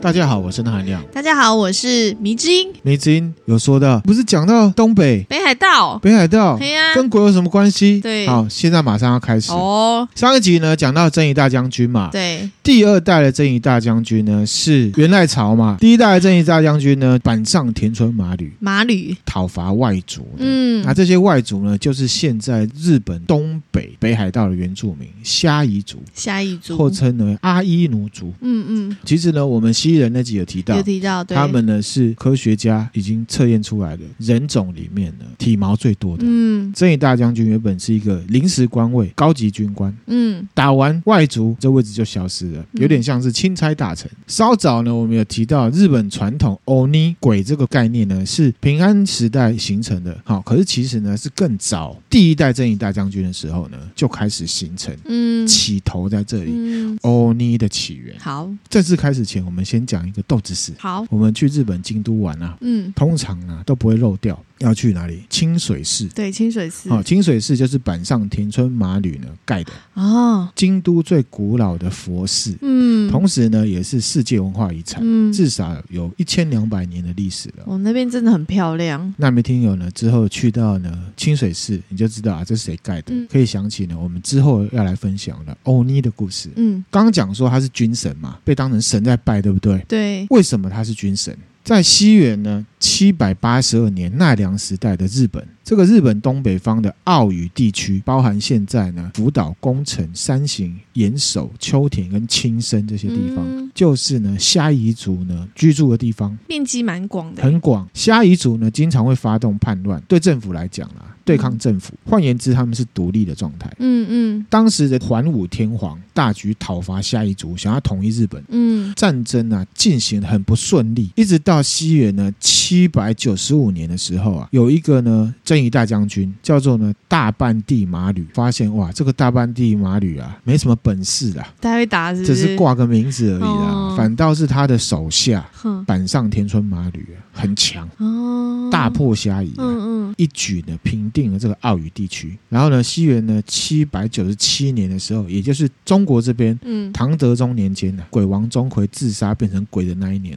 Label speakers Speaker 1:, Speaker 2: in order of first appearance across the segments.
Speaker 1: 大家好，我是邓含亮。
Speaker 2: 大家好，我是迷之音
Speaker 1: 梅子英有说到，不是讲到东北、
Speaker 2: 北海道
Speaker 1: 北海道
Speaker 2: 嘿呀
Speaker 1: 哦跟鬼有什么关系？
Speaker 2: 对
Speaker 1: 好，现在马上要开始。
Speaker 2: 哦，
Speaker 1: 上一集呢讲到正义大将军嘛，
Speaker 2: 对，
Speaker 1: 第二代的正义大将军呢是源赖朝嘛，第一代的正义大将军呢板上田村麻吕
Speaker 2: 马吕，
Speaker 1: 讨伐外族的。
Speaker 2: 嗯
Speaker 1: 啊那、，这些外族呢，就是现在日本东北北海道的原住民虾夷族，
Speaker 2: 下一组，
Speaker 1: 或称为阿伊奴族。
Speaker 2: 嗯
Speaker 1: 其实呢，我们蜥蜴人那集有提
Speaker 2: 嗯，
Speaker 1: 到
Speaker 2: 有，提到对，
Speaker 1: 他们呢是科学家已经测验出来的人种里面呢体毛最多的。
Speaker 2: 嗯
Speaker 1: 正义大将军原本是一个临时官位，高级军官，
Speaker 2: 嗯
Speaker 1: 打完外族这位置就消失了，
Speaker 2: 嗯
Speaker 1: 有点像是钦差大臣。稍早呢，我们有提到日本传统欧尼鬼这个概念呢，是平安时代形成的。好，可是其实呢是更早第一代正义大将军的时候呢就开始形成，
Speaker 2: 嗯
Speaker 1: 起头在这里。
Speaker 2: 嗯，
Speaker 1: 欧尼的起源，
Speaker 2: 好
Speaker 1: 正式开始前，我们先讲一个豆子史。
Speaker 2: 好，
Speaker 1: 我们去日本京都玩啊，
Speaker 2: 嗯，
Speaker 1: 通常啊都不会漏掉，要去哪里？清水寺。
Speaker 2: 对，清水寺
Speaker 1: 好、清水寺就是板上田村麻吕呢盖的
Speaker 2: 哦，
Speaker 1: 京都最古老的佛寺，
Speaker 2: 嗯，
Speaker 1: 同时呢也是世界文化遗产，
Speaker 2: 嗯，
Speaker 1: 至少有一千两百年的历史了。
Speaker 2: 我那边真的很漂亮，
Speaker 1: 那没听友呢，之后去到呢清水寺，你就知道啊，这是谁盖的，
Speaker 2: 嗯
Speaker 1: 可以想起呢，我们之后要来分享的欧尼的故事。
Speaker 2: 嗯，
Speaker 1: 刚刚讲说他是军神嘛，被当成神在拜，对不对？
Speaker 2: 对，
Speaker 1: 为什么他是军神？在西元呢七百八十二年奈良时代的日本，这个日本东北方的奥羽地区，包含现在呢福岛、宫城、山形、岩手、秋田跟青森这些地方，
Speaker 2: 嗯
Speaker 1: 就是呢虾夷族呢居住的地方。
Speaker 2: 面积蛮广的，
Speaker 1: 很广，虾夷族呢经常会发动叛乱，对政府来讲啦，对抗政府。换言之，他们是独立的状态。
Speaker 2: 嗯嗯
Speaker 1: 当时的桓武天皇大举讨伐虾夷族，想要统一日本，
Speaker 2: 嗯
Speaker 1: 战争啊进行得很不顺利，一直到西元呢七百九十五年的时候啊，有一个呢正义大将军叫做呢大半地马吕，发现哇这个大半地马吕啊没什么本事啦，
Speaker 2: 大家会打是不
Speaker 1: 只是，挂个名字而已啦，
Speaker 2: 哦
Speaker 1: 反倒是他的手下
Speaker 2: 哼，
Speaker 1: 板上田村马吕、啊、很强，
Speaker 2: 哦，
Speaker 1: 大，破虾夷、啊。
Speaker 2: 嗯嗯
Speaker 1: 一举呢平定了这个奥语地区，然后呢，西元呢七百九十七年的时候，也就是中国这边
Speaker 2: 嗯，
Speaker 1: 唐德宗年间呢、鬼王钟馗自杀变成鬼的那一年，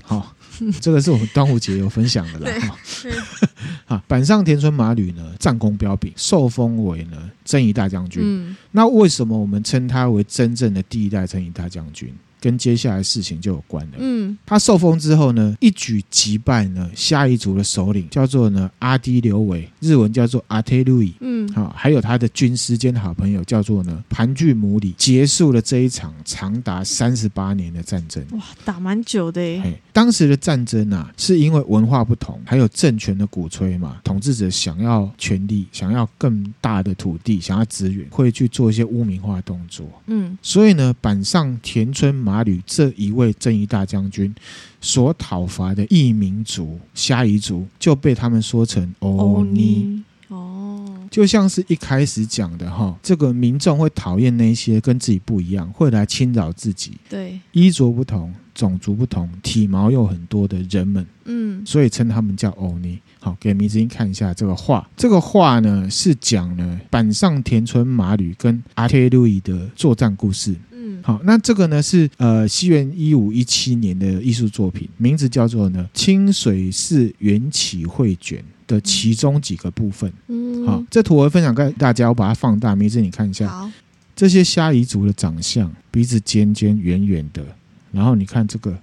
Speaker 1: 好、这个是我们端午节有分享的啦。哈
Speaker 2: 对，
Speaker 1: 啊，板上田村麻吕呢，战功彪炳，受封为呢正义大将军。
Speaker 2: 嗯
Speaker 1: 那为什么我们称他为真正的第一代正义大将军？跟接下来事情就有关了。
Speaker 2: 嗯
Speaker 1: 他受封之后呢，一举击败呢下一族的首领，叫做呢阿迪刘维，日文叫做阿忒路伊。
Speaker 2: 嗯，
Speaker 1: 好、啊还有他的军师兼好朋友叫做呢盘踞母里，结束了这一场长达三十八年的战争。
Speaker 2: 哇，打蛮久的耶，
Speaker 1: 嘿，当时的战争啊，是因为文化不同，还有政权的鼓吹嘛，统治者想要权力，想要更大的土地，想要资源，会去做一些污名化的动作。
Speaker 2: 嗯
Speaker 1: 所以呢，板上田村麻吕这一位正义大将军所讨伐的异民族虾夷族，就被他们说成欧尼。
Speaker 2: 哦，
Speaker 1: 就像是一开始讲的哈，这个民众会讨厌那些跟自己不一样，会来侵扰自己，
Speaker 2: 对，
Speaker 1: 衣着不同、种族不同、体毛又很多的人们，
Speaker 2: 嗯
Speaker 1: 所以称他们叫欧尼。好，给迷之音看一下这个画，这个画呢是讲呢板上田村麻吕跟阿忒路伊的作战故事。
Speaker 2: 嗯
Speaker 1: 好，那这个呢是呃西元一五一七年的艺术作品，名字叫做呢清水寺缘起绘卷的其中几个部分。
Speaker 2: 嗯，
Speaker 1: 好，这图我会分享给大家，我把它放大，迷子你看一下，
Speaker 2: 好，
Speaker 1: 这些虾夷族的长相，鼻子尖尖圆圆的，然后你看这个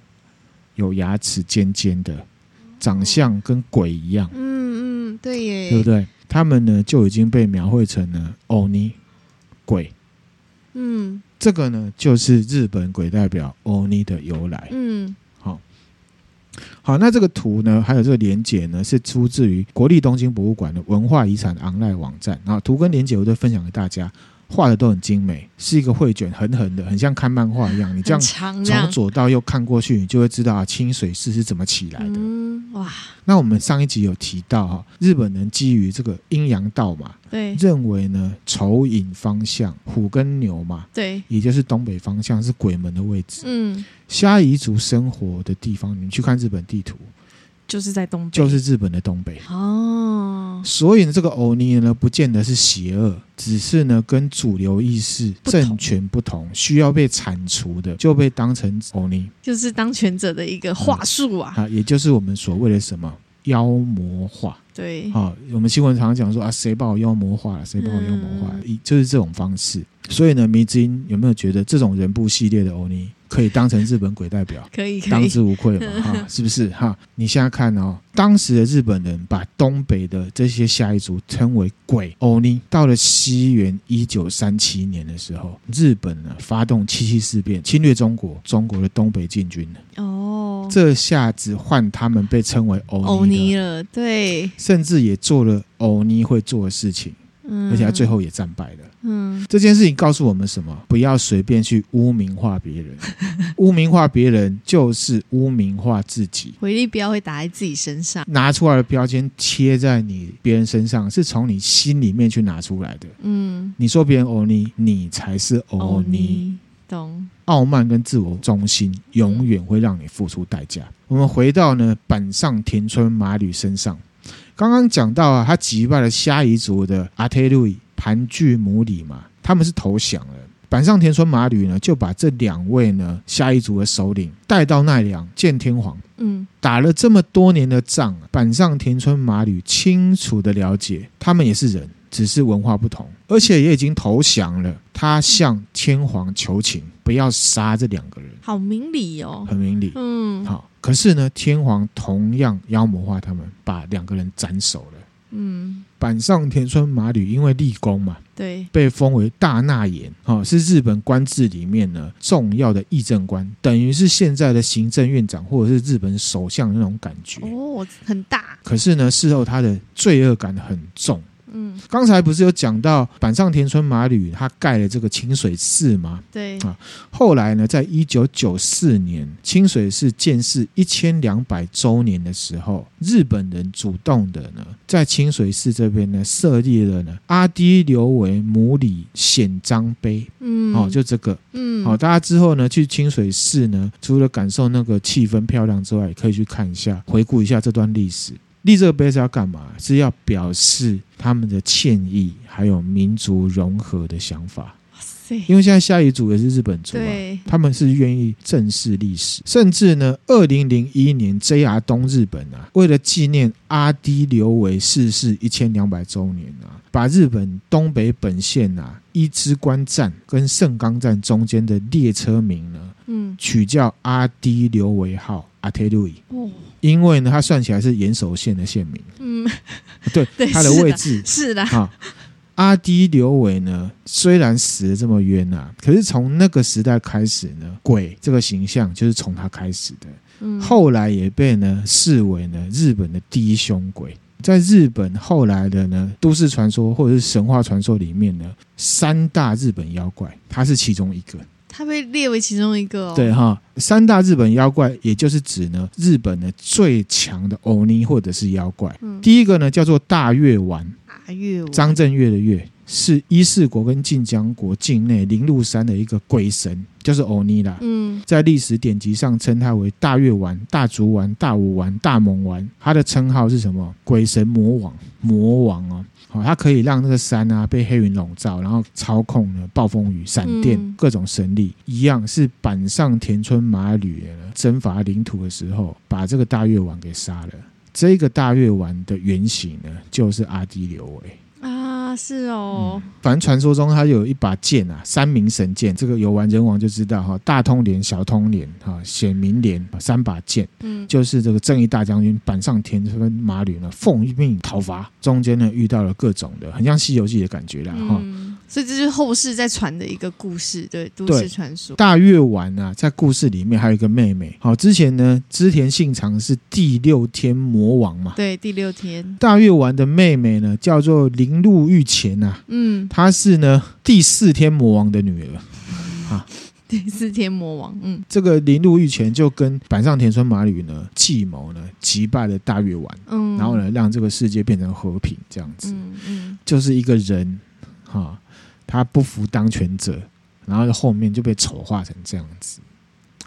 Speaker 1: 有牙齿尖尖的，长相跟鬼一样，
Speaker 2: 嗯嗯，对耶，
Speaker 1: 对不对？他们呢就已经被描绘成了欧尼鬼，
Speaker 2: 嗯
Speaker 1: 这个呢就是日本鬼代表欧尼的由来。
Speaker 2: 嗯
Speaker 1: 好，那这个图呢，还有这个连结呢，是出自于国立东京博物馆的文化遗产 online 网站。然后图跟连结我都分享给大家，画的都很精美，是一个绘卷，横横的，很像看漫画一样。你这样
Speaker 2: 很长这
Speaker 1: 从
Speaker 2: 样
Speaker 1: 左到右看过去，你就会知道啊，清水寺是怎么起来的。
Speaker 2: 嗯，哇，
Speaker 1: 那我们上一集有提到哈、日本人基于这个阴阳道嘛，
Speaker 2: 对
Speaker 1: 认为呢丑寅方向虎跟牛嘛，
Speaker 2: 对，
Speaker 1: 也就是东北方向是鬼门的位置。
Speaker 2: 嗯，
Speaker 1: 虾夷族生活的地方，你们去看日本地图，
Speaker 2: 就是在东北，
Speaker 1: 就是日本的东北。
Speaker 2: 哦，哦，
Speaker 1: 所以呢，这个欧尼呢，不见得是邪恶，只是呢，跟主流意识、
Speaker 2: 不同
Speaker 1: 政权不同，需要被铲除的，就被当成欧尼
Speaker 2: 就是当权者的一个话术啊，
Speaker 1: 啊，也就是我们所谓的什么妖魔化
Speaker 2: 对，
Speaker 1: 啊。我们新闻常常讲说啊，谁把我妖魔化了，谁把我妖魔
Speaker 2: 嗯
Speaker 1: 化了，一就是这种方式。所以呢，迷之音有没有觉得这种人部系列的欧尼可以当成日本鬼代表？
Speaker 2: 可以可
Speaker 1: 当
Speaker 2: 以，
Speaker 1: 之无愧 嘛，哈，是不是哈？你现在看哦，当时的日本人把东北的这些下一族称为鬼欧尼。到了西元一九三七年的时候，日本呢发动七七事变，侵略中国，中国的东北进军了，
Speaker 2: 哦，
Speaker 1: 这下子换他们被称为
Speaker 2: 欧
Speaker 1: 欧尼
Speaker 2: 尼
Speaker 1: 了，
Speaker 2: 了，对，
Speaker 1: 甚至也做了欧尼会做的事情，
Speaker 2: 嗯，
Speaker 1: 而且他最，后也战败了。
Speaker 2: 嗯，
Speaker 1: 这件事情告诉我们什么？不要随便去污名化别 人，污名化别人就是污名化自己。
Speaker 2: 回力镖会打在自己身上，
Speaker 1: 拿出来的标签贴在你别人身上，是从你心里面去拿出来的。
Speaker 2: 嗯，
Speaker 1: 你说别人欧尼，哦你才是欧
Speaker 2: 欧
Speaker 1: 尼。
Speaker 2: 尼，哦懂，
Speaker 1: 傲慢跟自我中心永远会让你付出代价。我们回到呢板上田村麻吕身上，刚刚讲到啊，他击败了虾夷族的阿忒路伊盘踞母里嘛，他们是投降了。板上田村麻吕呢，就把这两位呢虾夷族的首领带到奈良见天皇。
Speaker 2: 嗯，
Speaker 1: 打了这么多年的仗，板上田村麻吕清楚的了解，他们也是人，只是文化不同，而且也已经投降了。他向天皇求情，不要杀这两个人，
Speaker 2: 好明理哦，
Speaker 1: 很明理。
Speaker 2: 嗯
Speaker 1: 好，可是呢，天皇同样妖魔化他们，把两个人斩首了。
Speaker 2: 嗯，
Speaker 1: 板上田村麻吕因为立功嘛，
Speaker 2: 对，
Speaker 1: 被封为大纳言，哦，是日本官制里面呢重要的议政官，等于是现在的行政院长或者是日本首相那种感觉。
Speaker 2: 哦，很大，
Speaker 1: 可是呢，事后他的罪恶感很重。
Speaker 2: 嗯，
Speaker 1: 刚才不是有讲到板上田村麻吕他盖了这个清水寺吗？
Speaker 2: 对，
Speaker 1: 啊后来呢，在一九九四年清水寺建寺一千两百周年的时候，日本人主动的呢，在清水寺这边呢设立了呢阿低留为母里显章碑，
Speaker 2: 嗯，
Speaker 1: 哦，就这个
Speaker 2: 嗯，
Speaker 1: 好、大家之后呢去清水寺呢，除了感受那个气氛漂亮之外，也可以去看一下，回顾一下这段历史。立这个碑是要干嘛？是要表示他们的歉意，还有民族融合的想法。
Speaker 2: 哇塞，
Speaker 1: 因为现在下一组也是日本族啊，
Speaker 2: 对，
Speaker 1: 他们是愿意正视历史，甚至呢，二零零一年 JR 东日本啊，为了纪念阿低留为逝世一千两百周年啊，把日本东北本线啊伊之关站跟盛冈站中间的列车名呢，
Speaker 2: 嗯，
Speaker 1: 取叫阿低留为号阿特路伊，
Speaker 2: 哦，
Speaker 1: 因为呢，它算起来是岩手县的县名，
Speaker 2: 嗯，
Speaker 1: 对，
Speaker 2: 对
Speaker 1: 它的
Speaker 2: 是的
Speaker 1: 位置
Speaker 2: 是的，
Speaker 1: 啊。 阿低刘伟呢，虽然死的这么冤啊，可是从那个时代开始呢，鬼这个形象就是从他开始的，
Speaker 2: 嗯，
Speaker 1: 后来也被呢视为呢日本的第一凶鬼。在日本后来的呢都市传说或者是神话传说里面呢，三大日本妖怪，他是其中一个。
Speaker 2: 他被列为其中一个哦，
Speaker 1: 对哈，三大日本妖怪，也就是指呢日本呢最强的欧尼或者是妖怪。
Speaker 2: 嗯，
Speaker 1: 第一个呢叫做大月丸，
Speaker 2: 大月舞，
Speaker 1: 张震岳的岳是伊势国跟晋江国境内灵鹿山的一个鬼神，就是欧尼啦。
Speaker 2: 嗯，
Speaker 1: 在历史典籍上称他为大月丸、大竹丸、大武丸、大猛丸。他的称号是什么？鬼神魔王，魔王哦。好、他可以让那个山啊被黑云笼罩，然后操控呢暴风雨、闪电、
Speaker 2: 嗯
Speaker 1: 各种神力，一样是板上田村麻吕呢征伐领土的时候，把这个大月丸给杀了。这个大月丸的原型呢，就是阿基刘维。
Speaker 2: 啊，是哦，
Speaker 1: 反正传说中他有一把剑啊，三明神剑，这个有玩人王就知道哈，大通连、小通连、哈显明连三把剑，
Speaker 2: 嗯，
Speaker 1: 就是这个正义大将军板上田村马吕呢奉命讨伐，中间呢遇到了各种的，很像《西游记》的感觉啦哈。
Speaker 2: 嗯，所以这就是后世在传的一个故事，对，都
Speaker 1: 对
Speaker 2: 市传说。
Speaker 1: 大月丸啊，在故事里面还有一个妹妹。好，之前呢，织田信长是第六天魔王嘛，
Speaker 2: 对，第六天，
Speaker 1: 大月丸的妹妹呢叫做铃鹿御前啊，
Speaker 2: 嗯，
Speaker 1: 她是呢第四天魔王的女儿。
Speaker 2: 第四天魔王，嗯，
Speaker 1: 这个林鹿御前就跟板上田村麻吕呢计谋呢击败了大月丸，
Speaker 2: 嗯，
Speaker 1: 然后？呢让这个世界变成和平这样子，
Speaker 2: 嗯嗯，
Speaker 1: 就是一个人哈、他不服当权者，然后后面就被丑化成这样子。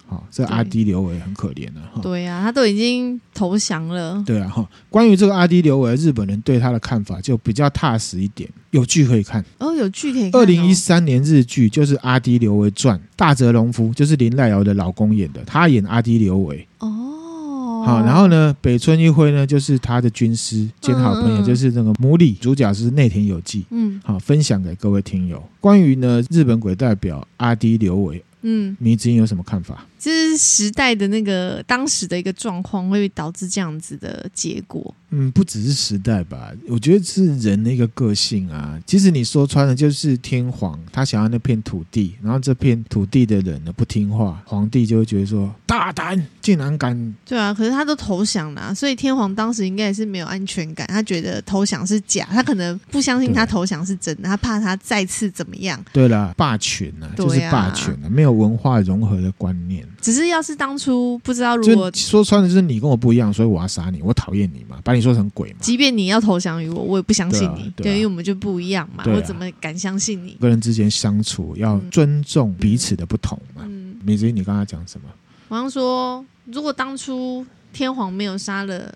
Speaker 1: 好，这阿低刘维很可怜啊。哈
Speaker 2: 对呀、他都已经投降了。
Speaker 1: 对啊，哈，关于这个阿低刘维，日本人对他的看法就比较踏实一点，有剧可以看。
Speaker 2: 哦，有剧可以看、哦。
Speaker 1: 二零一三年日剧就是《阿低刘维传》，大泽隆夫就是林濑遥的老公演的，他演阿低刘维。
Speaker 2: 哦，
Speaker 1: 好，然后呢，北村一辉呢就是他的军师兼好朋友，
Speaker 2: 嗯嗯
Speaker 1: 就是那个母里，主角是内田有纪。
Speaker 2: 嗯
Speaker 1: 好，分享给各位听友。关于呢日本鬼代表阿低刘维，
Speaker 2: 嗯，
Speaker 1: 迷之音有什么看法？
Speaker 2: 这是时代的那个当时的一个状况，会导致这样子的结果。
Speaker 1: 嗯，不只是时代吧，我觉得是人的一个个性啊。其实你说穿了，就是天皇他想要那片土地，然后这片土地的人呢不听话，皇帝就会觉得说大胆，竟然敢
Speaker 2: 对啊，可是他都投降了、所以天皇当时应该也是没有安全感，他觉得投降是假，他可能不相信他投降是真的，他怕他再次怎么样。
Speaker 1: 对了，霸权啊，
Speaker 2: 对啊
Speaker 1: 就是霸权啊，没有文化融合的观念。
Speaker 2: 只是要是当初不知道，如果
Speaker 1: 就说穿了，就是你跟我不一样，所以我要杀你，我讨厌你嘛，把你说成鬼嘛。
Speaker 2: 即便你要投降于我，我也不相信你，
Speaker 1: 对啊对啊
Speaker 2: 因为我们就不一样嘛，
Speaker 1: 对啊
Speaker 2: 我怎么敢相信你
Speaker 1: 两？个人之间相处要
Speaker 2: 嗯
Speaker 1: 尊重彼此的不同嘛。
Speaker 2: 嗯，
Speaker 1: 米子，你刚刚讲什么？
Speaker 2: 我像说，如果当初天皇没有杀了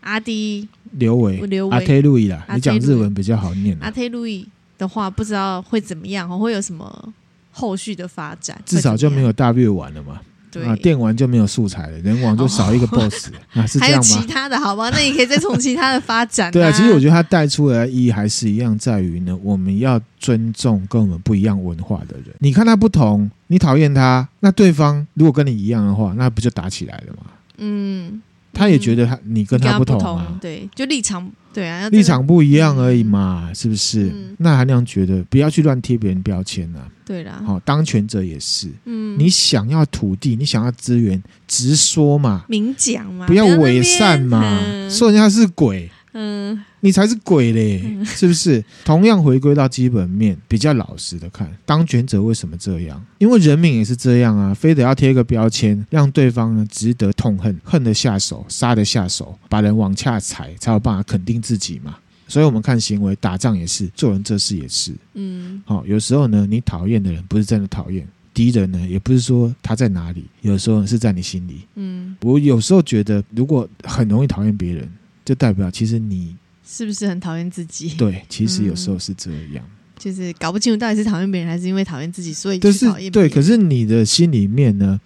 Speaker 2: 阿迪
Speaker 1: 刘维、
Speaker 2: 刘维
Speaker 1: 阿忒路易啦，
Speaker 2: 阿
Speaker 1: 你
Speaker 2: 忒路
Speaker 1: 讲
Speaker 2: 易
Speaker 1: 日文比较好念
Speaker 2: 阿
Speaker 1: 啊，
Speaker 2: 特路易的话，不知道会怎么样，哦会有什么后续的发展？
Speaker 1: 至少
Speaker 2: 会怎
Speaker 1: 就
Speaker 2: 么
Speaker 1: 没
Speaker 2: 样
Speaker 1: 有大越玩了嘛。
Speaker 2: 对。哦
Speaker 1: 啊，电玩就没有素材了，人网就少一个 boss 了啊，是这
Speaker 2: 还有
Speaker 1: 样
Speaker 2: 其
Speaker 1: 吗？
Speaker 2: 他的，好吧？那你可以再从其他的发展、
Speaker 1: 对啊，其实我觉
Speaker 2: 得
Speaker 1: 得它带出来的意义还是一样，在于呢，我们要尊重跟我们不一样文化的人。你看他不同，你讨厌他，那对方如果跟你一样的话，那不就打起来了吗？
Speaker 2: 嗯，
Speaker 1: 他也觉得他你跟
Speaker 2: 跟
Speaker 1: 他
Speaker 2: 他
Speaker 1: 不
Speaker 2: 同
Speaker 1: 同啊，
Speaker 2: 对，就立场对啊，要真的
Speaker 1: 立场不一样而已嘛，是不是
Speaker 2: 嗯？
Speaker 1: 那韩亮觉得不要去乱贴别人标签啊，
Speaker 2: 对啦。
Speaker 1: 好，当权者也是，
Speaker 2: 嗯，
Speaker 1: 你想要土地，你想要资源，直说嘛，
Speaker 2: 明讲嘛，
Speaker 1: 不要
Speaker 2: 在那
Speaker 1: 伪
Speaker 2: 边
Speaker 1: 善嘛，
Speaker 2: 嗯
Speaker 1: 说人家是鬼，
Speaker 2: 嗯
Speaker 1: 你才是鬼嘞，是不是？同样回归到基本面，比较老实的看，当权者为什么这样？因为人民也是这样啊，非得要贴个标签，让对方呢值得痛恨，恨得下手，杀得下手，把人往下踩，才有办法肯定自己嘛。所以，我们看行为，打仗也是，做人这事也是。
Speaker 2: 嗯，
Speaker 1: 好、有时候呢，你讨厌的人不是真的讨厌，敌人呢也不是说他在哪里，有时候是在你心里。
Speaker 2: 嗯，
Speaker 1: 我有时候觉得，如果很容易讨厌别人，就代表其实你
Speaker 2: 是不是很讨厌自己？，
Speaker 1: 对，其实有
Speaker 2: 嗯
Speaker 1: 时候是这样，
Speaker 2: 就是搞不清楚到底是讨厌别人还是因为讨厌自己，所以
Speaker 1: 但
Speaker 2: 去
Speaker 1: 是
Speaker 2: 讨厌别
Speaker 1: 对，
Speaker 2: 人
Speaker 1: 可是你的心里面呢，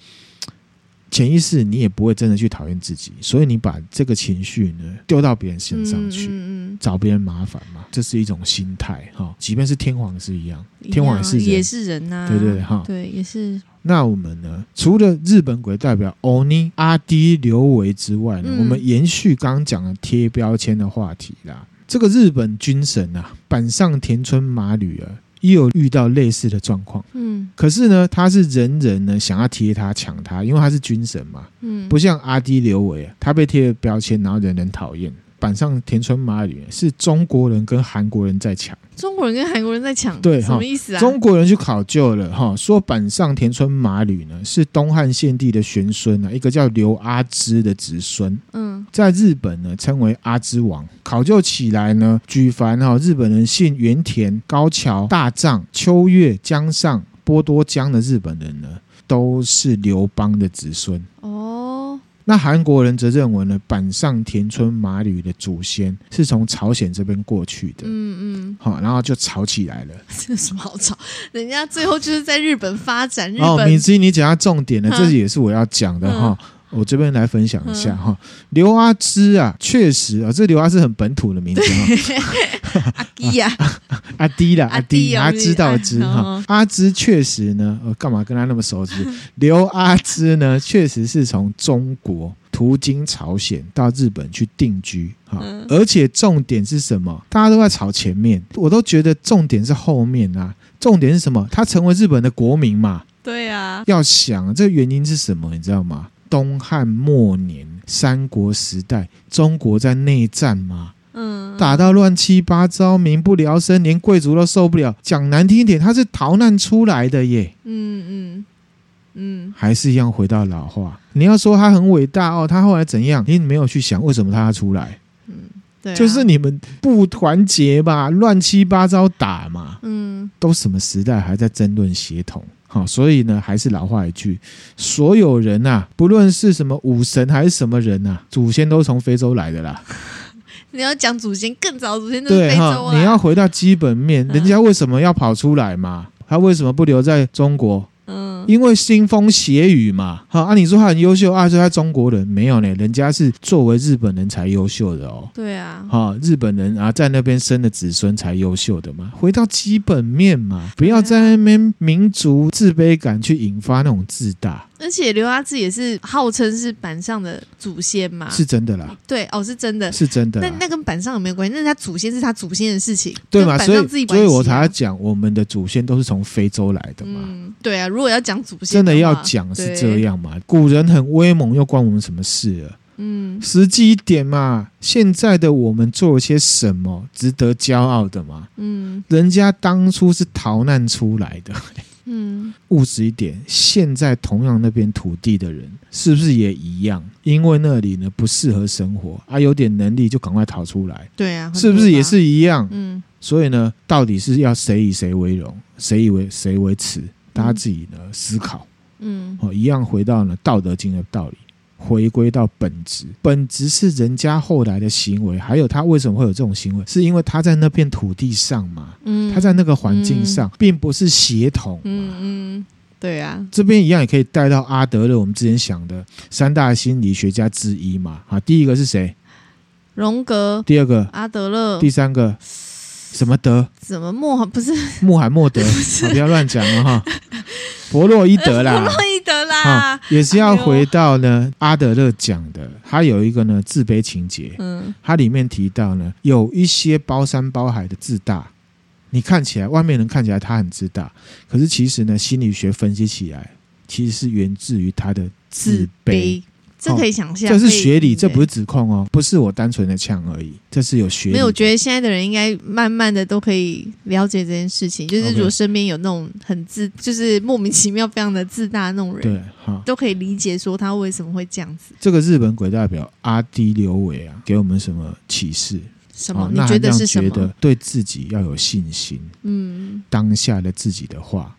Speaker 1: 潜意识你也不会真的去讨厌自己，所以你把这个情绪呢丢到别人身上去。
Speaker 2: 嗯嗯嗯
Speaker 1: 找别人麻烦嘛，这是一种心态哈、即便是天皇是一样，
Speaker 2: 嗯，
Speaker 1: 天皇也
Speaker 2: 一样
Speaker 1: 是人，
Speaker 2: 也是人呐、
Speaker 1: 对对对哈、
Speaker 2: 啊对也是
Speaker 1: 那我们呢，除了日本鬼代表欧尼、阿迪、刘维之外呢，
Speaker 2: 嗯
Speaker 1: 我们延续刚刚讲的贴标签的话题啦。这个日本军神啊，板上田村麻吕啊，也有遇到类似的状况。
Speaker 2: 嗯
Speaker 1: 可是呢，他是人人呢想要贴他、抢他，因为他是军神嘛，
Speaker 2: 嗯
Speaker 1: 不像阿迪刘维啊，他被贴了标签，然后人人讨厌。板上田村麻吕是中国人跟韩国人在抢。
Speaker 2: 中国人跟韩国人在抢，
Speaker 1: 对
Speaker 2: 什
Speaker 1: 哈
Speaker 2: 么意思啊？
Speaker 1: 中国人去考究了哈，说板上田村麻吕呢是东汉献帝的玄孙啊，一个叫刘阿芝的子孙，
Speaker 2: 嗯
Speaker 1: 在日本呢称为阿芝王。考究起来呢，举凡哈日本人姓原田、高桥、大藏、秋月、江上、波多江的日本人呢，都是刘邦的子孙。
Speaker 2: 哦
Speaker 1: 那韩国人则认为呢，板上田村麻吕的祖先是从朝鲜这边过去的，
Speaker 2: 嗯 嗯，
Speaker 1: 好、然后就吵起来了。
Speaker 2: 这有什么好吵？人家最后就是在日本发展，日
Speaker 1: 哦，
Speaker 2: 本、
Speaker 1: 敏之，你讲到重点了，
Speaker 2: 嗯
Speaker 1: 这也是我要讲的哈。我这边来分享一
Speaker 2: 嗯
Speaker 1: 下哈，刘阿芝啊，确实啊，这刘阿芝很本土的名字哈，
Speaker 2: 阿基 啊呀、
Speaker 1: 阿迪啦，
Speaker 2: 阿
Speaker 1: 阿
Speaker 2: 迪
Speaker 1: 迪，
Speaker 2: 哦
Speaker 1: 阿芝道
Speaker 2: 哎
Speaker 1: 芝哈
Speaker 2: 哦，
Speaker 1: 阿芝确实呢，呃，干嘛跟他那么熟 悉？刘阿芝呢，确实是从中国途经朝鲜到日本去定居哈
Speaker 2: 嗯，
Speaker 1: 而且重点是什么？大家都在吵前面，我都觉得重点是后面啊，重点是什么？他成为日本的国民嘛，
Speaker 2: 对啊，
Speaker 1: 要想这个原因是什么，你知道吗？东汉末年、三国时代，中国在内战嘛，
Speaker 2: 嗯，
Speaker 1: 打到乱七八糟，民不聊生，连贵族都受不了。讲难听一点，他是逃难出来的耶，
Speaker 2: 嗯嗯嗯，
Speaker 1: 还是一样回到老话。你要说他很伟大哦，他后来怎样？你没有去想为什么他要出来，
Speaker 2: 对啊、
Speaker 1: 就是你们不团结吧，乱七八糟打嘛，
Speaker 2: 嗯
Speaker 1: 都什么时代还在争论协同？好、所以呢，还是老话一句，所有人啊，不论是什么武神还是什么人啊，祖先都从非洲来的啦。
Speaker 2: 你要讲祖先更早，祖先就是
Speaker 1: 对
Speaker 2: 非
Speaker 1: 哈
Speaker 2: 洲，
Speaker 1: 你
Speaker 2: 啊嗯
Speaker 1: 要，回到基本面，人家为什么要跑出来嘛？他为什么不留在中国？
Speaker 2: 嗯，
Speaker 1: 因为腥风血雨嘛。好啊，你说他很优秀啊，说他中国人没有呢，人家是作为日本人才优秀的哦。
Speaker 2: 对啊，
Speaker 1: 哈、日本人啊，在那边生的子孙才优秀的嘛。回到基本面嘛，不要在那边民族自卑感去引发那种自大，
Speaker 2: 而且刘阿志也是号称是板上的祖先嘛，
Speaker 1: 是真的啦，
Speaker 2: 对哦，啊是真的。
Speaker 1: 是真的
Speaker 2: 那
Speaker 1: 啦，
Speaker 2: 那跟板上有没有关系？那是他祖先是他祖先的事情，
Speaker 1: 对
Speaker 2: 跟
Speaker 1: 嘛？
Speaker 2: 板
Speaker 1: 所
Speaker 2: 上
Speaker 1: 以，
Speaker 2: 自己
Speaker 1: 所
Speaker 2: 关
Speaker 1: 以
Speaker 2: 系啊
Speaker 1: 我才要讲，我们的祖先都是从非洲来的嘛。
Speaker 2: 嗯，对啊。如果要讲祖先，
Speaker 1: 真的要，讲是这样嘛？古人很威猛，又关我们什么事了？
Speaker 2: 嗯，
Speaker 1: 实际一点嘛，现在的我们做了些什么值得骄傲的嘛？
Speaker 2: 嗯
Speaker 1: 人家当初是逃难出来的，
Speaker 2: 嗯，
Speaker 1: 务实一点，现在同样那边土地的人是不是也一样？因为那里呢不适合生活啊，有点能力就赶快逃出来，
Speaker 2: 对啊，很
Speaker 1: 是不
Speaker 2: 多
Speaker 1: 是也
Speaker 2: 吧？
Speaker 1: 是一样？
Speaker 2: 嗯，
Speaker 1: 所以呢，到底是要谁以谁为荣，谁以为谁为耻？大家自己呢思考。
Speaker 2: 嗯
Speaker 1: 哦，一样回到呢《道德经》的道理，回归到本质。本质是人家后来的行为，还有他为什么会有这种行为，是因为他在那片土地上嘛，
Speaker 2: 嗯，
Speaker 1: 他在那个环境上，并不是协同嘛。
Speaker 2: 嗯嗯，对啊，
Speaker 1: 这边一样也可以带到阿德勒，我们之前想的三大心理学家之一嘛。啊，第一个是谁？
Speaker 2: 荣格、
Speaker 1: 第二个？
Speaker 2: 阿德勒
Speaker 1: 第三个？什么德？
Speaker 2: 怎么莫 不是
Speaker 1: 穆罕默德？啊、不要乱讲了哈。弗洛伊德啦。
Speaker 2: 弗洛伊德
Speaker 1: 啊
Speaker 2: 啦？，
Speaker 1: 也是要
Speaker 2: 哎呦
Speaker 1: 回到呢阿德勒讲的，他有一个呢自卑情节，
Speaker 2: 嗯
Speaker 1: 它里面提到呢有一些包山包海的自大，你看起来外面人看起来他很自大，可是其实呢心理学分析起来，其实是源自于他的自卑。，哦
Speaker 2: 这可以想象，
Speaker 1: 这是
Speaker 2: 可以
Speaker 1: 学理，这不是
Speaker 2: 对
Speaker 1: 指控哦，不是我单纯的呛而已，这是有学理的。
Speaker 2: 没有，我觉得现在的人应该慢慢的都可以了解这件事情，就是
Speaker 1: OK
Speaker 2: 如果身边有那种很自，就是莫名其妙非常的自大的那种人，
Speaker 1: 对哈。
Speaker 2: 都可以理解说他为什么会这样子。
Speaker 1: 这个日本鬼代表阿迪刘维啊，给我们什么启示？
Speaker 2: 什么？
Speaker 1: 哦
Speaker 2: 你
Speaker 1: 那
Speaker 2: 觉得
Speaker 1: 让
Speaker 2: 是什
Speaker 1: 觉得
Speaker 2: 么？
Speaker 1: 对自己要有信心，
Speaker 2: 嗯
Speaker 1: 当下的自己的话，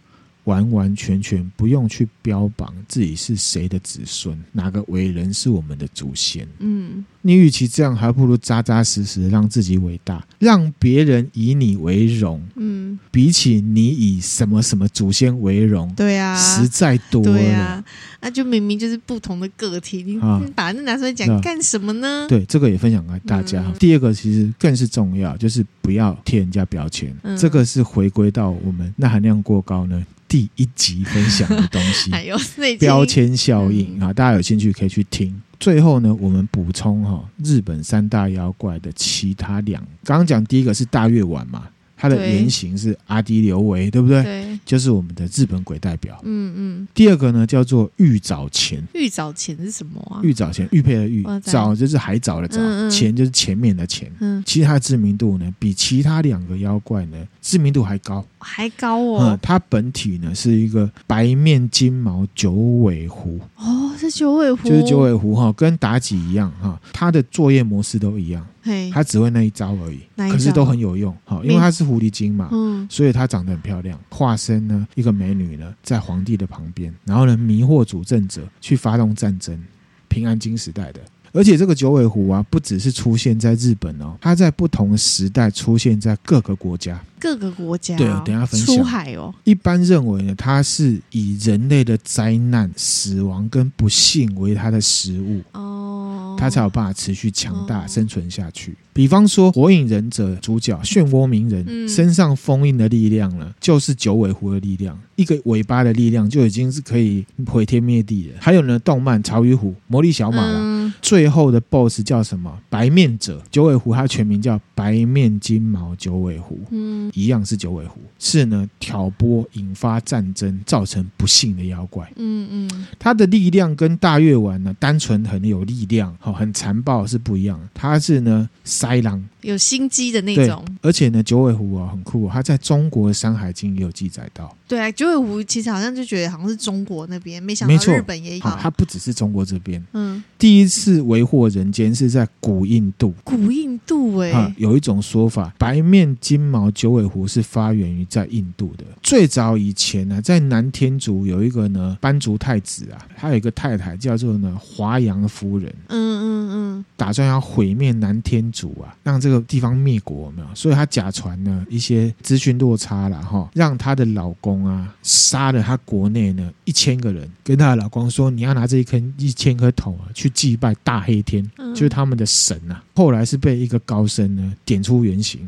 Speaker 1: 完完全全不用去标榜自己是谁的子孙，哪个伟人是我们的祖先。
Speaker 2: 嗯
Speaker 1: 你与其这样，还不如扎扎实实地让自己伟大，让别人以你为荣。
Speaker 2: 嗯，
Speaker 1: 比起你以什么什么祖先为荣，
Speaker 2: 对啊，
Speaker 1: 实在多
Speaker 2: 对
Speaker 1: 了。
Speaker 2: 啊，那就明明就是不同的个体，你
Speaker 1: 啊
Speaker 2: 你把那拿出来
Speaker 1: 那
Speaker 2: 讲干什么呢？
Speaker 1: 对，这个也分享给大家。
Speaker 2: 嗯
Speaker 1: 第二个其实更是重要，就是不要贴人家标签。
Speaker 2: 嗯
Speaker 1: 这个是回归到我们钠含量过高呢第一集分享的东 西。
Speaker 2: 还有哎那已经
Speaker 1: 标签效应
Speaker 2: 嗯
Speaker 1: 啊，大家有兴趣可以去听。最后呢，我们补充哈、日本三大妖怪的其他两，刚刚讲第一个是大月丸嘛，它的
Speaker 2: 对
Speaker 1: 原型是阿迪刘维，对不对？
Speaker 2: 对，
Speaker 1: 就是我们的日本鬼代表。
Speaker 2: 嗯嗯，
Speaker 1: 第二个呢叫做玉藻前，
Speaker 2: 玉藻前是什么啊？
Speaker 1: 玉藻前，玉佩的玉
Speaker 2: 我，知道
Speaker 1: 藻就是海藻的藻，
Speaker 2: 哦嗯嗯
Speaker 1: 前就是前面的前。
Speaker 2: 嗯，
Speaker 1: 其实它的知名度呢，比其他两个妖怪呢知名度还高。
Speaker 2: 还高
Speaker 1: 嗯
Speaker 2: 哦，，
Speaker 1: 它本体呢是一个白面金毛九尾狐，
Speaker 2: 哦，是九尾狐，
Speaker 1: 就是九，尾狐哈，跟妲己一样哈，它的作业模式都一样，
Speaker 2: 嘿，
Speaker 1: 它只会那一招而已，
Speaker 2: 哪一
Speaker 1: 可是
Speaker 2: 招
Speaker 1: 都很有用哈，因为它是狐狸精嘛，
Speaker 2: 嗯
Speaker 1: 所以它长得很漂亮，化身呢一个美女呢，在皇帝的旁边，然后呢迷惑主政者去发动战争，平安京时代的。而且这个九尾狐啊，不只是出现在日本哦，它在不同时代出现在各个国家。
Speaker 2: 各个国家哦，
Speaker 1: 对等一下分享
Speaker 2: 出海哦，
Speaker 1: 一般认为呢，它是以人类的灾难、死亡跟不幸为它的食物。
Speaker 2: 哦，
Speaker 1: 它才有办法持续强大
Speaker 2: 哦
Speaker 1: 生存下去。比方说，《火影忍者》主角漩涡鸣人、
Speaker 2: 嗯
Speaker 1: 身上封印的力量呢，就是九尾狐的力量，一个尾巴的力量就已经是可以毁天灭地了。还有呢，动漫《潮与虎》《魔力小马》啦。
Speaker 2: 嗯
Speaker 1: 最后的 BOSS 叫什么？白面者九尾狐，它全名叫白面金毛九尾狐，
Speaker 2: 嗯
Speaker 1: 一样是九尾狐，是呢挑拨引发战争造成不幸的妖怪。
Speaker 2: 嗯嗯，
Speaker 1: 它的力量跟大月丸呢，单纯很有力量，好、很残暴是不一样的。它是呢，塞狼
Speaker 2: 有心机的那
Speaker 1: 对
Speaker 2: 种。
Speaker 1: 而且呢，九尾狐啊、很酷、哦，它在中国的《山海经》也有记载到。
Speaker 2: 对啊，九尾狐其实好像就觉得好像是中国那边，没想
Speaker 1: 没
Speaker 2: 到
Speaker 1: 错
Speaker 2: 日本也有。
Speaker 1: 好，它不只是中国这边，
Speaker 2: 嗯，
Speaker 1: 第一次为祸人间是在古印度。
Speaker 2: 古印度哎、
Speaker 1: 啊，有一种说法，白面金毛九尾狐是发源于在印度的。最早以前呢、在南天竺有一个呢班族太子啊，他有一个太太叫做呢华阳夫人，
Speaker 2: 嗯嗯嗯，
Speaker 1: 打算要毁灭南天竺啊，让这个地方灭国，有没有？所以她假传呢一些资讯落差啦，哈，让她的老公啊杀了她国内呢一千个人，跟她的老公说，你要拿这一坑一千颗头啊去祭拜大黑天，
Speaker 2: 嗯
Speaker 1: 就是他们的神啊。后来是被一个高僧呢点出原形，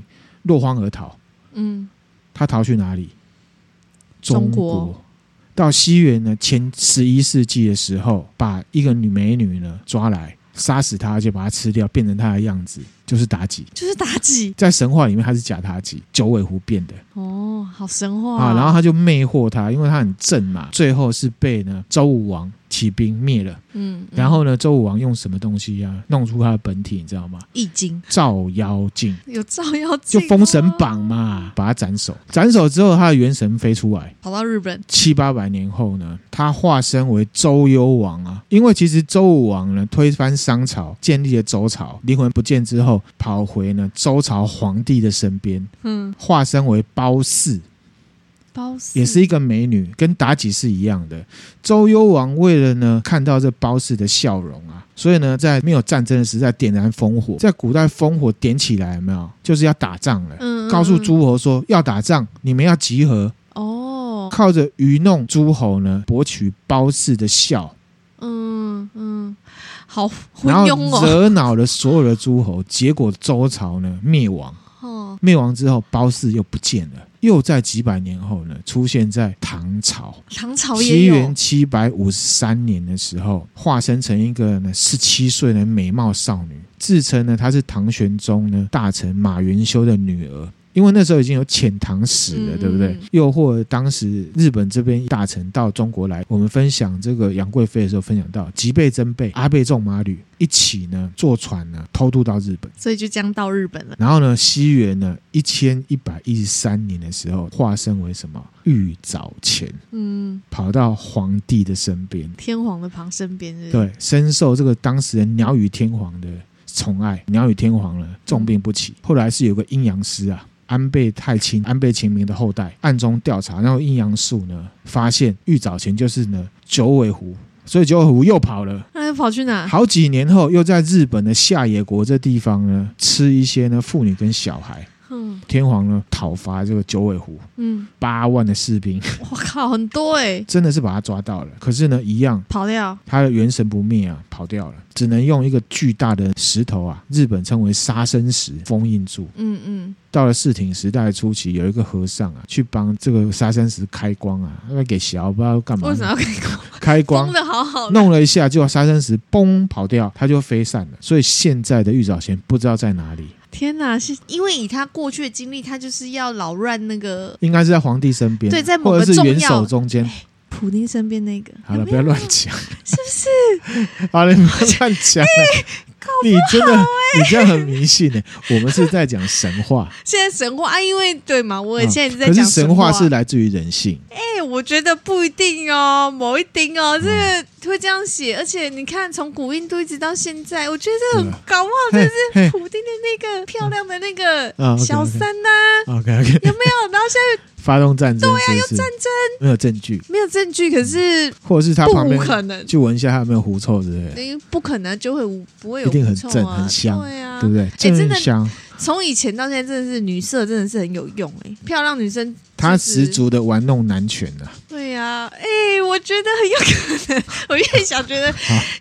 Speaker 1: 落荒而逃。
Speaker 2: 嗯，
Speaker 1: 他逃去哪里？
Speaker 2: 中国
Speaker 1: 到西元呢前十一世纪的时候，把一个女美女呢抓来，杀死她，而且把她吃掉，变成她的样子，就是妲己。
Speaker 2: 就是妲己
Speaker 1: 在神话里面，她是假妲己，九尾狐变的
Speaker 2: 哦，好神话
Speaker 1: 啊。然后他就魅惑她，因为她很正嘛。最后是被呢周武王起兵灭了。
Speaker 2: 嗯，嗯
Speaker 1: 然后呢，周武王用什么东西啊，弄出他的本体，你知道吗？
Speaker 2: 易经
Speaker 1: 照妖镜。
Speaker 2: 有照妖
Speaker 1: 就
Speaker 2: 镜，
Speaker 1: 封神，榜嘛，把他斩首，斩首之后，他的元神飞出来，
Speaker 2: 跑到日本，
Speaker 1: 七八百年后呢，他化身为周幽王啊，因为其实周武王呢推翻商朝，建立了周朝，灵魂不见之后，跑回呢周朝皇帝的身边，
Speaker 2: 嗯，
Speaker 1: 化身为褒姒，
Speaker 2: 褒姒
Speaker 1: 也是一个美女，跟妲己是一样的。周幽王为了呢看到这褒姒的笑容啊，所以呢在没有战争的时代点燃烽火，在古代烽火点起来有没有，就是要打仗了。
Speaker 2: 嗯，嗯
Speaker 1: 告诉
Speaker 2: 嗯
Speaker 1: 诸侯说要打仗，你们要集合，
Speaker 2: 哦，
Speaker 1: 靠着愚弄诸侯呢，博取褒姒的笑，
Speaker 2: 嗯嗯，好昏
Speaker 1: 然后
Speaker 2: 庸哦，
Speaker 1: 惹恼了所有的诸侯，结果周朝呢灭亡。
Speaker 2: 哦，
Speaker 1: 灭亡之后，褒姒又不见了，又在几百年后呢，出现在唐朝。
Speaker 2: 唐朝
Speaker 1: 西
Speaker 2: 也有
Speaker 1: 元，七百五十三年的时候，化身成一个呢十七岁的美貌少女，自称呢她是唐玄宗呢大臣马元修的女儿。因为那时候已经有遣唐使了，
Speaker 2: 嗯
Speaker 1: 对不对
Speaker 2: 嗯？
Speaker 1: 诱惑当时日本这边大臣到中国来，我们分享这个杨贵妃的时候，分享到吉备真备、阿倍仲麻吕一起呢坐船呢偷渡到日本。
Speaker 2: 所以就这样到日本了，
Speaker 1: 然后呢，西元呢一千一百一十三年的时候，化身为什么玉藻前，
Speaker 2: 嗯，
Speaker 1: 跑到皇帝的身边，
Speaker 2: 天皇的旁身边是，，
Speaker 1: 对，深受这个当时人鸟语天皇的宠爱。鸟语天皇呢，重病不起，后来是有个阴阳师啊，安倍太清、安倍晴明的后代，暗中调查，然后阴阳术呢，发现玉藻前就是呢九尾狐，所以九尾狐又跑了。
Speaker 2: 那又哎跑去哪？
Speaker 1: 好几年后，又在日本的下野国这地方呢，吃一些呢妇女跟小孩。
Speaker 2: 嗯
Speaker 1: 天皇呢讨伐这个九尾狐，
Speaker 2: 嗯，
Speaker 1: 八万的士兵
Speaker 2: 我靠，很多哎，
Speaker 1: 真的是把他抓到了。可是呢，一样
Speaker 2: 跑掉，
Speaker 1: 他的元神不灭啊，跑掉了，只能用一个巨大的石头啊，日本称为杀生石封印住。
Speaker 2: 嗯嗯。
Speaker 1: 到了世挺时代初期，有一个和尚啊，去帮这个杀生石开光 啊，那给小不知道干嘛
Speaker 2: 为什么要给光？
Speaker 1: 开 光
Speaker 2: 封。的好好的，
Speaker 1: 弄了一下，就杀生石嘣跑掉，他就飞散了。所以现在的玉藻前不知道在哪里，
Speaker 2: 天哪！是因为以他过去的经历，他就是要扰乱那个
Speaker 1: 应该是在皇帝身边，
Speaker 2: 对在某
Speaker 1: 或
Speaker 2: 个
Speaker 1: 者是
Speaker 2: 重
Speaker 1: 元
Speaker 2: 要
Speaker 1: 首中间。
Speaker 2: 普丁身边那个。
Speaker 1: 好了，
Speaker 2: 有没
Speaker 1: 不
Speaker 2: 有
Speaker 1: 要乱讲。
Speaker 2: 是不是？
Speaker 1: 好了，你不要乱 讲了。
Speaker 2: 哎
Speaker 1: 你真的，你这样很迷信呢。我们是在讲神话，
Speaker 2: 现在神话啊，因为对嘛，我
Speaker 1: 嗯
Speaker 2: 也现在在
Speaker 1: 可
Speaker 2: 讲
Speaker 1: 是神
Speaker 2: 话
Speaker 1: 话是来自于人性。
Speaker 2: 哎，我觉得不一定哦，某一丁
Speaker 1: 嗯
Speaker 2: 哦，这个会这样写，而且你看，从古印度一直到现在，我觉得
Speaker 1: 对
Speaker 2: 很
Speaker 1: 啊
Speaker 2: 搞不好
Speaker 1: 嘿
Speaker 2: 这
Speaker 1: 嘿
Speaker 2: 是普丁的那个漂亮的那
Speaker 1: 啊
Speaker 2: 个
Speaker 1: ，OK，OK
Speaker 2: 小三呐、
Speaker 1: ，OK OK，
Speaker 2: 有没有？然后现在啊
Speaker 1: 发动战争 是不是
Speaker 2: 战争
Speaker 1: 没有证据，
Speaker 2: 没有证据，可是
Speaker 1: 或者是他
Speaker 2: 不
Speaker 1: 旁
Speaker 2: 无
Speaker 1: 边
Speaker 2: 可能。
Speaker 1: 去闻一下他有没有狐臭之类的，
Speaker 2: 因为不可能就会无不会有
Speaker 1: 一定很
Speaker 2: 狐臭
Speaker 1: 正
Speaker 2: 啊
Speaker 1: 很香
Speaker 2: 对啊，
Speaker 1: 对不对？
Speaker 2: 真
Speaker 1: 正
Speaker 2: 的
Speaker 1: 香，
Speaker 2: 从以前到现在，真的是女色真的是很有用哎、漂亮女生
Speaker 1: 他
Speaker 2: 其实
Speaker 1: 十足的玩弄男权啊。
Speaker 2: 对呀、哎、我觉得很有可能，我越想觉 得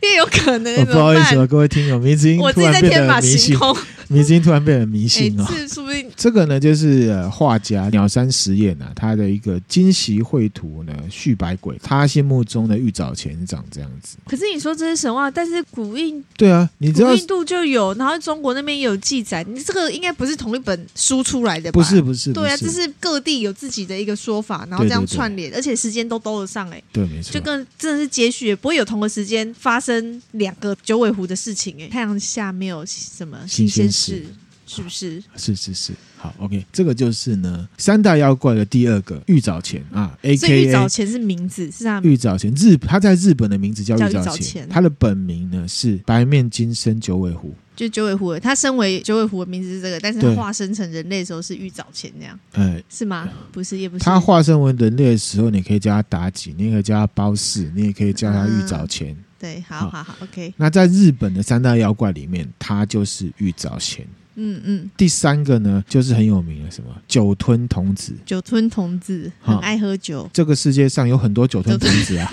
Speaker 2: 越有可能，
Speaker 1: 我
Speaker 2: 怎
Speaker 1: 不好
Speaker 2: 么
Speaker 1: 意思
Speaker 2: 办？
Speaker 1: 哦，各位听友，迷之音
Speaker 2: 我
Speaker 1: 突
Speaker 2: 自己
Speaker 1: 然
Speaker 2: 在
Speaker 1: 变
Speaker 2: 天
Speaker 1: 得
Speaker 2: 马
Speaker 1: 很迷
Speaker 2: 行
Speaker 1: 信，
Speaker 2: 空，
Speaker 1: 迷之音突然变得很迷
Speaker 2: 哎
Speaker 1: 信哦，。
Speaker 2: 这说不定
Speaker 1: 这个呢，就是、呃、画家鸟山实验啊，他的一个惊喜绘图呢，续白鬼，他心目中的玉藻前长这样子。
Speaker 2: 可是你说这是神话，但是古印
Speaker 1: 对啊，你知道
Speaker 2: 古印度就有，然后中国那边也有记载，你这个应该不是同一本书出来的吧？
Speaker 1: 不是不是不
Speaker 2: 对啊，这
Speaker 1: 是，
Speaker 2: 是各地有自己的一个说法，然后
Speaker 1: 对
Speaker 2: 这样
Speaker 1: 对对
Speaker 2: 串联，而且时间都兜得上哎、
Speaker 1: 对，没错
Speaker 2: 就。跟真的是接续，不会有同个时间发生两个九尾狐的事情哎、太阳下没有什么
Speaker 1: 新
Speaker 2: 新
Speaker 1: 鲜
Speaker 2: 鲜
Speaker 1: 事
Speaker 2: 事，是不是？
Speaker 1: 是是是，好，OK，这个就是呢三大妖怪的第二个玉藻前啊，A 嗯
Speaker 2: 所以玉
Speaker 1: K
Speaker 2: 藻
Speaker 1: A
Speaker 2: 前是名字，是他
Speaker 1: 玉藻前，日他在日本的名字叫
Speaker 2: 叫
Speaker 1: 玉
Speaker 2: 玉
Speaker 1: 藻
Speaker 2: 藻
Speaker 1: 前，
Speaker 2: 前
Speaker 1: 他的本名呢是白面金身九尾狐，
Speaker 2: 就九尾狐的，他身为九尾狐的名字是这个，但是他
Speaker 1: 对
Speaker 2: 化身成人类的时候是玉藻前那样，
Speaker 1: 呃，
Speaker 2: 是吗？不是，也不是。
Speaker 1: 他化身为人类的时候，你可以叫他妲己，你也可以叫他褒姒，你也可以叫他玉藻前。
Speaker 2: 对，好
Speaker 1: 好
Speaker 2: 好好，OK，
Speaker 1: 那在日本的三大妖怪里面，他就是玉藻前。
Speaker 2: 嗯嗯，
Speaker 1: 第三个呢，就是很有名的什么酒吞童子。
Speaker 2: 酒吞童子很
Speaker 1: 好
Speaker 2: 爱喝酒，
Speaker 1: 这个世界上有很多酒吞童子啊，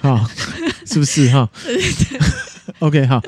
Speaker 1: 好、是不是哈、OK，好。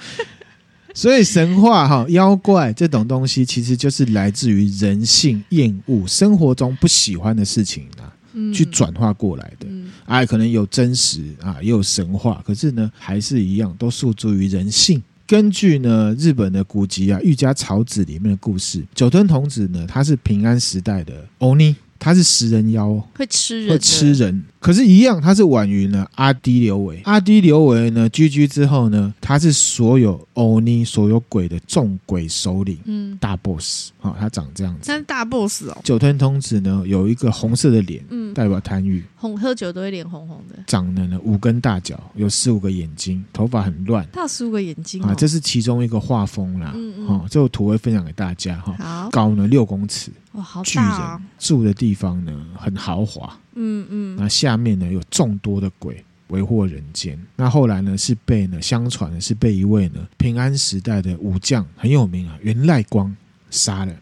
Speaker 1: 所以神话哈、妖怪这种东西，其实就是来自于人性厌恶、生活中不喜欢的事情啊，
Speaker 2: 嗯，
Speaker 1: 去转化过来的。
Speaker 2: 嗯，
Speaker 1: 啊，可能有真实啊，也有神话，可是呢，还是一样都诉诸于人性。根据呢日本的古籍啊《玉家草子》里面的故事，酒吞童子呢，他是平安时代的欧尼，他是食人妖哦，
Speaker 2: 会吃人，
Speaker 1: 会吃，人。可是，一样，他是晚于呢阿低刘维。阿低刘维呢居居之后呢，他是所有欧尼所有鬼的众鬼首领
Speaker 2: 嗯，
Speaker 1: 大 boss 啊、哦，他长这样子。
Speaker 2: 他是大 boss 哦，
Speaker 1: 酒吞童子呢有一个红色的脸，
Speaker 2: 嗯，
Speaker 1: 代表贪欲。
Speaker 2: 红喝酒都会脸红红的，
Speaker 1: 长了呢五根大脚，有十五个眼睛，头发很乱
Speaker 2: 他有十五个眼睛
Speaker 1: 啊，
Speaker 2: 哦，
Speaker 1: 这是其中一个画风啦。
Speaker 2: 嗯嗯
Speaker 1: 哦，这个图会分享给大家哈、
Speaker 2: 好，
Speaker 1: 高呢六公尺，
Speaker 2: 哇，好
Speaker 1: 巨人、
Speaker 2: 大哦，
Speaker 1: 住的地方呢很豪华，
Speaker 2: 嗯嗯，
Speaker 1: 那下面呢有众多的鬼。为祸人间。那后来呢，是被呢相传呢是被一位呢平安时代的武将很有名啊，源赖光杀了。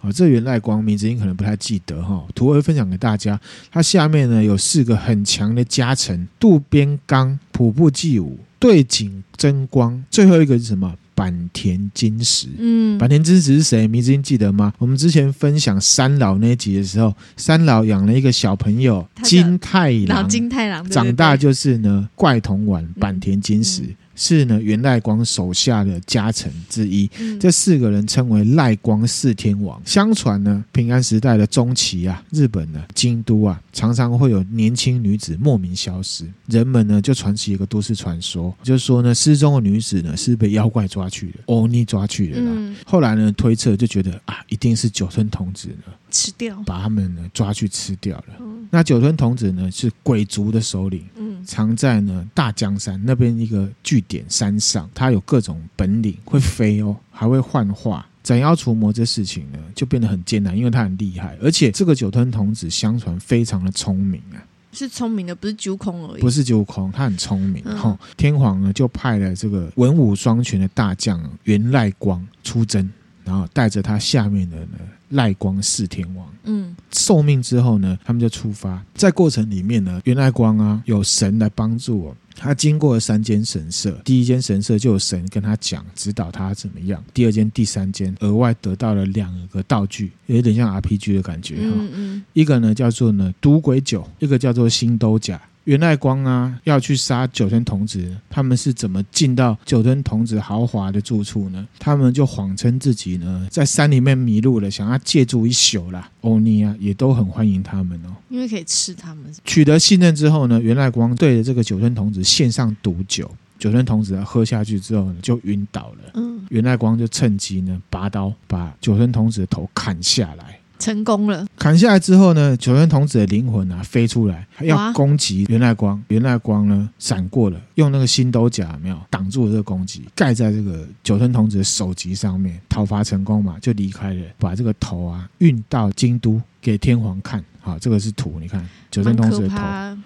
Speaker 1: 哦，这源赖光名字你可能不太记得哈、图文分享给大家。它下面呢有四个很强的加成：渡边刚、普部纪武、对景真光，最后一个是什么？坂田金时。
Speaker 2: 嗯，
Speaker 1: 坂田之子是谁？迷之音记得吗？我们之前分享三老那一集的时候，三老养了一个小朋友
Speaker 2: 他叫
Speaker 1: 金太
Speaker 2: 然后
Speaker 1: 郎，
Speaker 2: 金太郎对对
Speaker 1: 长大
Speaker 2: 对
Speaker 1: 就是呢怪童丸坂田金时，
Speaker 2: 嗯
Speaker 1: 是呢源赖光手下的家臣之一。
Speaker 2: 嗯
Speaker 1: 这四个人称为赖光四天王。相传呢，平安时代的中期啊，日本呢，京都啊，常常会有年轻女子莫名消失，人们呢就传起一个都市传说，就是说呢，失踪的女子呢是被妖怪抓去的，欧尼抓去的啦。
Speaker 2: 嗯
Speaker 1: 后来呢，推测就觉得啊，一定是九吞童子呢
Speaker 2: 吃掉，
Speaker 1: 把他们呢抓去吃掉了。
Speaker 2: 嗯
Speaker 1: 那九吞童子呢是鬼族的首领，
Speaker 2: 嗯
Speaker 1: 藏在呢大江山那边一个据点山上，他有各种本领，会飞哦，还会幻化。斩妖除魔这事情呢，就变得很艰难，因为他很厉害，而且这个九吞童子相传非常的聪明啊，
Speaker 2: 是聪明的，不是揪空而已，
Speaker 1: 不是九孔，他很聪明。
Speaker 2: 嗯
Speaker 1: 吼，天皇呢就派了这个文武双全的大将源赖光出征，然后带着他下面的呢赖光四天王。
Speaker 2: 嗯
Speaker 1: 受命之后呢，他们就出发。在过程里面呢，源赖光啊有神来帮助我。他经过了三间神社，第一间神社就有神跟他讲，指导他怎么样。第二间、第三间额外得到了两个道具，有点像 RPG 的感觉哈、
Speaker 2: 嗯嗯
Speaker 1: 一个呢叫做呢赌鬼酒，一个叫做星兜甲。源赖光啊，要去杀九吞童子，他们是怎么进到九吞童子豪华的住处呢？他们就谎称自己呢在山里面迷路了，想要借住一宿啦。欧尼啊，也都很欢迎他们哦。
Speaker 2: 因为可以吃他们，
Speaker 1: 取得信任之后呢，源赖光对着这个九吞童子献上毒酒，九吞童子喝下去之后呢，就晕倒了。
Speaker 2: 嗯，
Speaker 1: 源赖光就趁机呢拔刀把九吞童子的头砍下来。
Speaker 2: 成功了，
Speaker 1: 砍下来之后呢，九渊童子的灵魂啊飞出来，要
Speaker 2: 哇
Speaker 1: 攻击源赖光。源赖光呢闪过了，用那个星斗甲有没有挡住了这个攻击，盖在这个九渊童子的首级上面，讨伐成功嘛，就离开了，把这个头啊运到京都给天皇看。好，这个是图，你看九渊
Speaker 2: 蛮
Speaker 1: 童子
Speaker 2: 可
Speaker 1: 的头，
Speaker 2: 怕。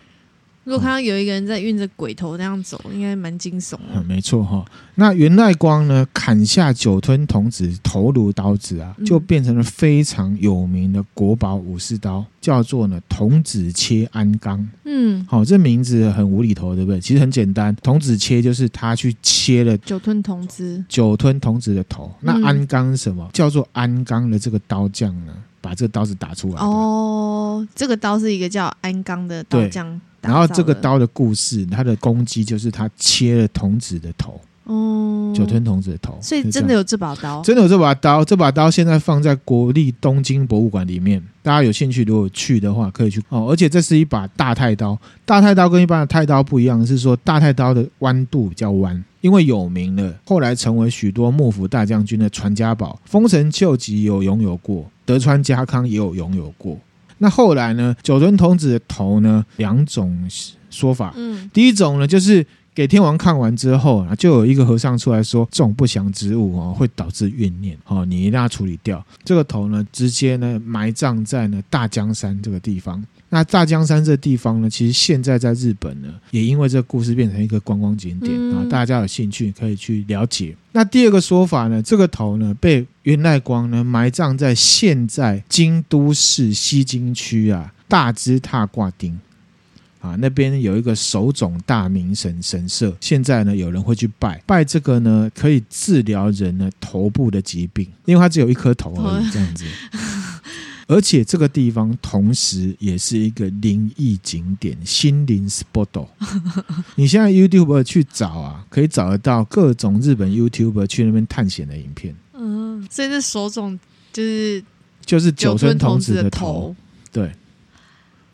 Speaker 2: 如果看到有一个人在运着鬼头那样走，应该蛮惊悚
Speaker 1: 嗯，
Speaker 2: 的。
Speaker 1: 没错哈、那源赖光呢，砍下酒吞童子头颅刀子啊，
Speaker 2: 嗯
Speaker 1: 就变成了非常有名的国宝武士刀，叫做呢童子切鞍钢。
Speaker 2: 嗯，
Speaker 1: 好、这名字很无厘头，对不对？其实很简单，童子切就是他去切了
Speaker 2: 酒吞童子，
Speaker 1: 酒吞童子的头。那
Speaker 2: 嗯
Speaker 1: 鞍钢是什么？叫做鞍钢的这个刀匠呢，把这个刀子打出来的。
Speaker 2: 哦，这个刀是一个叫鞍钢的刀
Speaker 1: 对
Speaker 2: 匠打
Speaker 1: 然
Speaker 2: 造的，
Speaker 1: 后这个刀的故事，它的攻击就是他切了童子的头，
Speaker 2: 哦，
Speaker 1: 酒吞童子的头。
Speaker 2: 所以
Speaker 1: 是这
Speaker 2: 真
Speaker 1: 样
Speaker 2: 的有这把刀，
Speaker 1: 真的有这把刀，这把刀现在放在国立东京博物馆里面，大家有兴趣如果去的话，可以去哦。而且这是一把大太刀，大太刀跟一般的太刀不一样，是说大太刀的弯度比较弯，因为有名了，后来成为许多幕府大将军的传家宝。丰臣秀吉有拥有过，德川家康也有拥有过。那后来呢，九尊童子的头呢，两种说法。
Speaker 2: 嗯，
Speaker 1: 第一种呢，就是给天王看完之后啊，就有一个和尚出来说，这种不祥之物哦，会导致怨念哦，你一定要处理掉。这个头呢，直接呢埋葬在呢大江山这个地方。那大江山这地方呢，其实现在在日本呢，也因为这个故事变成一个观光景点啊、
Speaker 2: 嗯
Speaker 1: 大家有兴趣可以去了解。那第二个说法呢，这个头呢被源赖光呢埋葬在现在京都市西京区啊大支踏挂町。啊，那边有一个手冢大明神神社，现在呢有人会去拜，拜这个呢可以治疗人呢头部的疾病，因为它只有一颗头而已，这样子。 而且这个地方同时也是一个灵异景点，心灵 spot。你现在 YouTube 去找啊，可以找得到各种日本 YouTube 去那边探险的影片，
Speaker 2: 嗯，所以这手冢就是
Speaker 1: 就是九
Speaker 2: 村
Speaker 1: 村
Speaker 2: 童
Speaker 1: 童
Speaker 2: 子
Speaker 1: 子的头
Speaker 2: 头。，
Speaker 1: 对，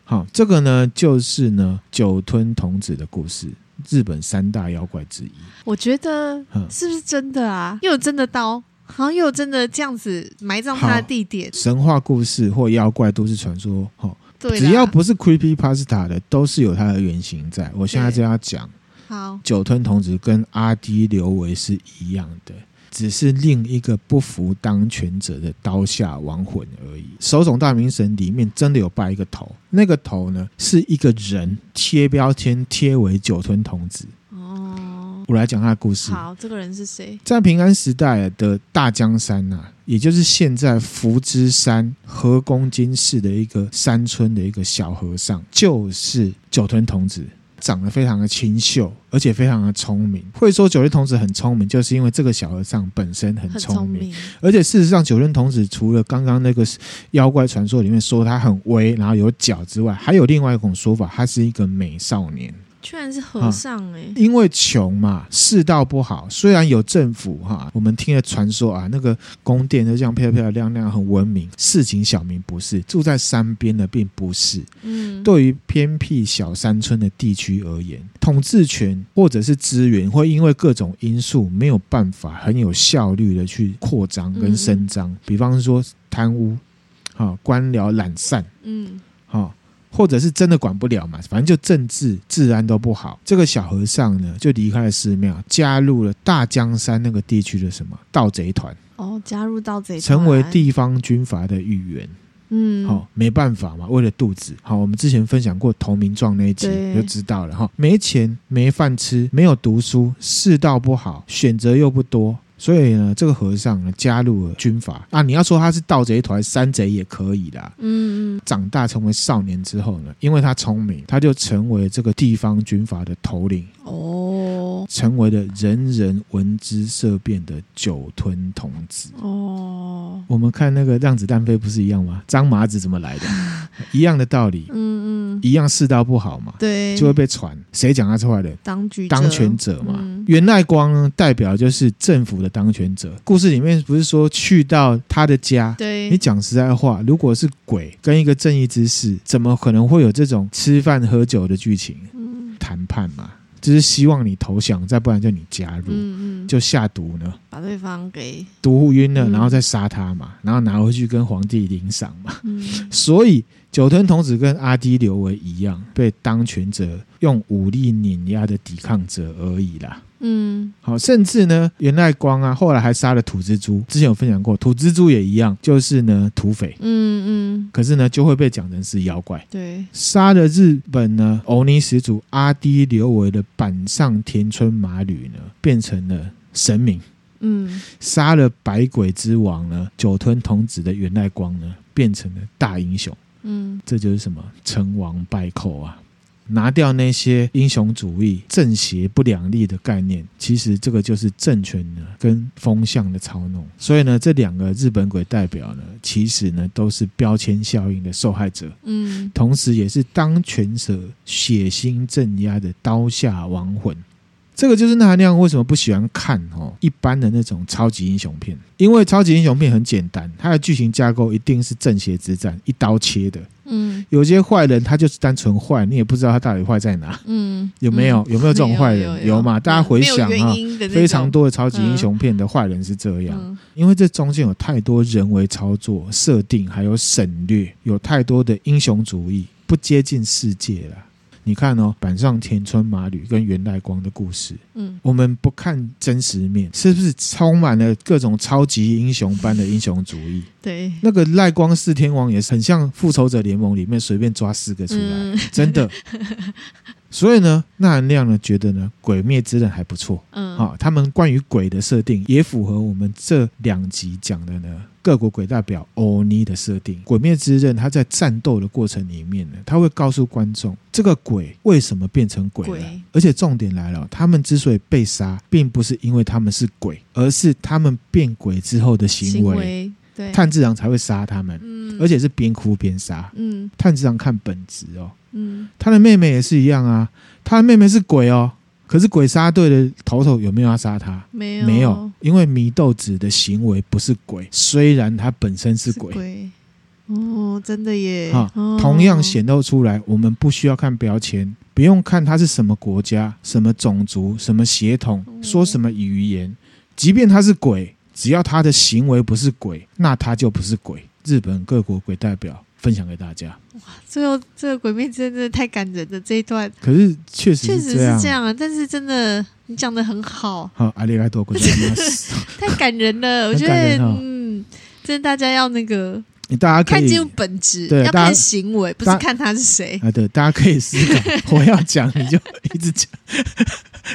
Speaker 1: 好，这个呢就是呢酒吞童子的故事，日本三大妖怪之一。
Speaker 2: 我觉得
Speaker 1: 嗯
Speaker 2: 是不是真的啊？又有真的刀，好像又有真的这样子埋葬他的地点，
Speaker 1: 神话故事或妖怪都市传说，哦，
Speaker 2: 对啦，
Speaker 1: 只要不是 creepy pasta 的，都是有它的原型在。我现在就要讲
Speaker 2: 好，
Speaker 1: 酒吞童子跟阿低刘维是一样的。只是另一个不服当权者的刀下亡魂而已。手冢大明神里面真的有拜一个头，那个头呢是一个人贴标签贴为酒吞童子，
Speaker 2: 哦，
Speaker 1: 我来讲他的故事。
Speaker 2: 好，这个人是谁？
Speaker 1: 在平安时代的大江山呐、也就是现在福知山和宫津市的一个山村的一个小和尚，就是酒吞童子。长得非常的清秀，而且非常的聪明。会说酒吞童子很聪明，就是因为这个小和尚本身很
Speaker 2: 很
Speaker 1: 聪
Speaker 2: 聪
Speaker 1: 明。
Speaker 2: 明，
Speaker 1: 而且事实上，九任童子除了刚刚那个妖怪传说里面说他很威，然后有角之外，还有另外一种说法，他是一个美少年。
Speaker 2: 居然是和尚哎、
Speaker 1: 因为穷嘛，世道不好。虽然有政府哈，我们听了传说啊，那个宫殿就这样漂漂亮亮，很文明。市井小民不是住在山边的，并不是。
Speaker 2: 嗯，
Speaker 1: 对于偏僻小山村的地区而言，统治权或者是资源会因为各种因素没有办法很有效率的去扩张跟伸张。比方说贪污，哈、官僚懒散，
Speaker 2: 嗯，
Speaker 1: 哈、或者是真的管不了嘛，反正就政治治安都不好。这个小和尚呢，就离开了寺庙，加入了大江山那个地区的什么盗贼团，
Speaker 2: 哦，加入盗贼团
Speaker 1: 成为，地方军阀的一员。
Speaker 2: 嗯，
Speaker 1: 好、没办法嘛，为了肚子。好，我们之前分享过投名状那一集
Speaker 2: 对
Speaker 1: 就知道了哈、没钱、没饭吃、没有读书，世道不好，选择又不多。所以呢，这个和尚呢加入了军阀啊。你要说他是盗贼团、山贼也可以啦。
Speaker 2: 嗯嗯，
Speaker 1: 长大成为少年之后呢，因为他聪明，他就成为这个地方军阀的头领，
Speaker 2: 哦
Speaker 1: 成为了人人闻之色变的酒吞童子。
Speaker 2: 哦，
Speaker 1: 我们看那个让子弹飞不是一样吗？张麻子怎么来的？一样的道理，
Speaker 2: 嗯嗯，
Speaker 1: 一样世道不好嘛，
Speaker 2: 对，
Speaker 1: 就会被传。谁讲他是坏人？
Speaker 2: 当局者
Speaker 1: 当权者嘛
Speaker 2: 嗯。
Speaker 1: 源赖光呢，代表就是政府的当权者。故事里面不是说去到他的家，
Speaker 2: 对，
Speaker 1: 你讲实在话，如果是鬼跟一个正义之士，怎么可能会有这种吃饭喝酒的剧情
Speaker 2: 嗯
Speaker 1: 谈判嘛？就是希望你投降，再不然就你加入，
Speaker 2: 嗯嗯，
Speaker 1: 就下毒呢，
Speaker 2: 把对方给
Speaker 1: 毒晕了，
Speaker 2: 嗯
Speaker 1: 然后再杀他嘛，然后拿回去跟皇帝领赏嘛。
Speaker 2: 嗯
Speaker 1: 所以酒吞童子跟阿低刘维一样，被当权者用武力碾压的抵抗者而已啦。
Speaker 2: 嗯
Speaker 1: 好，甚至呢，源赖光啊，后来还杀了土蜘蛛。之前有分享过，土蜘蛛也一样，就是呢土匪
Speaker 2: 嗯，嗯，
Speaker 1: 可是呢就会被讲成是妖怪。
Speaker 2: 对，
Speaker 1: 杀了日本呢欧尼始祖阿低留维的板上田村麻吕呢，变成了神明；
Speaker 2: 嗯
Speaker 1: 杀了百鬼之王呢酒吞童子的源赖光呢，变成了大英雄。
Speaker 2: 嗯
Speaker 1: 这就是什么成王败寇啊！拿掉那些英雄主义、正邪不两立的概念，其实这个就是政权呢跟风向的操弄。所以呢，这两个日本鬼代表呢，其实呢都是标签效应的受害者。
Speaker 2: 嗯
Speaker 1: 同时也是当权者血腥镇压的刀下亡魂。这个就是那含亮为什么不喜欢看哦一般的那种超级英雄片，因为超级英雄片很简单，它的剧情架构一定是正邪之战，一刀切的。
Speaker 2: 嗯
Speaker 1: 有些坏人他就是单纯坏，你也不知道他到底坏在哪，
Speaker 2: 嗯，
Speaker 1: 有没有？有没有这种坏人？
Speaker 2: 有
Speaker 1: 嘛？大家回想
Speaker 2: 没有
Speaker 1: 哈、
Speaker 2: 原因的那种
Speaker 1: 非常多的超级英雄片的坏人是这样，
Speaker 2: 嗯
Speaker 1: 因为这中间有太多人为操作、设定，还有省略，有太多的英雄主义，不接近世界了。你看哦，板上田村麻吕跟源赖光的故事，
Speaker 2: 嗯
Speaker 1: 我们不看真实面，是不是充满了各种超级英雄般的英雄主义？
Speaker 2: 对，
Speaker 1: 那个赖光四天王也是很像复仇者联盟里面随便抓四个出来，
Speaker 2: 嗯
Speaker 1: 真的。所以呢，那含亮呢觉得呢，《鬼灭之刃》还不错。
Speaker 2: 嗯，
Speaker 1: 好、啊他们关于鬼的设定也符合我们这两集讲的呢各国鬼代表欧尼的设定。《鬼灭之刃》它在战斗的过程里面呢，它会告诉观众这个鬼为什么变成鬼了
Speaker 2: 鬼
Speaker 1: 而且重点来了，他们之所以被杀，并不是因为他们是鬼，而是他们变鬼之后的行为。
Speaker 2: 为对，
Speaker 1: 炭治郎才会杀他们，
Speaker 2: 嗯，
Speaker 1: 而且是边哭边杀。
Speaker 2: 嗯
Speaker 1: 炭治郎看本质哦，
Speaker 2: 嗯
Speaker 1: 他的妹妹也是一样啊，他的妹妹是鬼哦，可是鬼杀队的头头有没有要杀他？
Speaker 2: 没有
Speaker 1: 没有，因为祢豆子的行为不是鬼，虽然它本身是
Speaker 2: 是
Speaker 1: 鬼。
Speaker 2: 鬼哦，真的耶，
Speaker 1: 哈
Speaker 2: 哦
Speaker 1: 同样显露出来，我们不需要看标签，不用看它是什么国家、什么种族、什么血统，
Speaker 2: 嗯
Speaker 1: 说什么语言。即便它是鬼，只要它的行为不是鬼，那它就不是鬼。日本各国鬼代表分享给大家，
Speaker 2: 最后这个鬼灭真的太感人了，这一段
Speaker 1: 可是确实
Speaker 2: 确
Speaker 1: 是
Speaker 2: 实
Speaker 1: 这样
Speaker 2: 是这。样啊，但是真的你讲的 很好，
Speaker 1: 好，阿里该多国家，
Speaker 2: 太感人了，我
Speaker 1: 很
Speaker 2: 觉
Speaker 1: 感
Speaker 2: 得
Speaker 1: 人哦
Speaker 2: 嗯，真的大家要那个
Speaker 1: 你大家可
Speaker 2: 看
Speaker 1: 以
Speaker 2: 进入本质，
Speaker 1: 对
Speaker 2: 要
Speaker 1: 大家
Speaker 2: 看行为，不是
Speaker 1: 大
Speaker 2: 看他是谁。
Speaker 1: 啊，对，大家可以思考。我要讲，你就一直讲。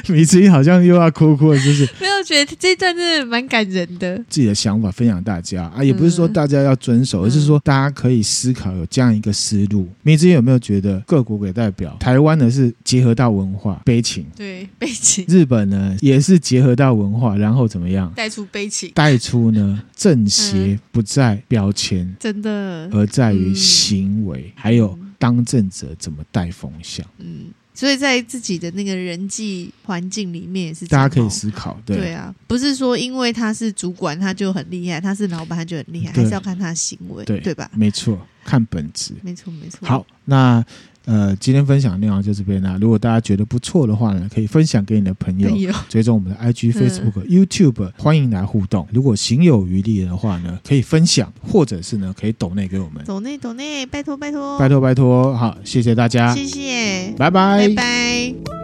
Speaker 1: 米之音好像又要哭哭了，就是
Speaker 2: 没有觉得这一段真的蛮感人的，
Speaker 1: 自己的想法分享大家啊，也不是说
Speaker 2: 嗯
Speaker 1: 大家要遵守，而是
Speaker 2: 嗯
Speaker 1: 说大家可以思考有这样一个思路。米之音有没有觉得各国给代表台湾呢是结合到文化悲情，
Speaker 2: 对 悲情
Speaker 1: 日本呢也是结合到文化，然后怎么样
Speaker 2: 带出悲情，
Speaker 1: 带出呢正邪不在标签，
Speaker 2: 真的，
Speaker 1: 而在于
Speaker 2: 嗯
Speaker 1: 行为，还有当政者怎么带风向，
Speaker 2: 嗯，所以在自己的那个人际环境里面也是这
Speaker 1: 大
Speaker 2: 样哦，
Speaker 1: 家可以思考。
Speaker 2: 对啊，不是说因为他是主管他就很厉害，他是老板他就很厉害，
Speaker 1: 对
Speaker 2: 还是要看他的行为，
Speaker 1: 对嗯
Speaker 2: 对吧？
Speaker 1: 没错，看本质。
Speaker 2: 没错，没错。，
Speaker 1: 好，那呃，今天分享的内容就这边啦。如果大家觉得不错的话呢，可以分享给你的朋友，
Speaker 2: 朋友，
Speaker 1: 追踪我们的 IG、
Speaker 2: 嗯
Speaker 1: Facebook、YouTube，欢迎来互动。如果行有余力的话呢，可以分享，或者是呢，可以抖内给我们。
Speaker 2: 走内走内，拜托拜托，
Speaker 1: 拜托拜托，好，谢谢大家，
Speaker 2: 谢谢，
Speaker 1: 拜拜
Speaker 2: 拜拜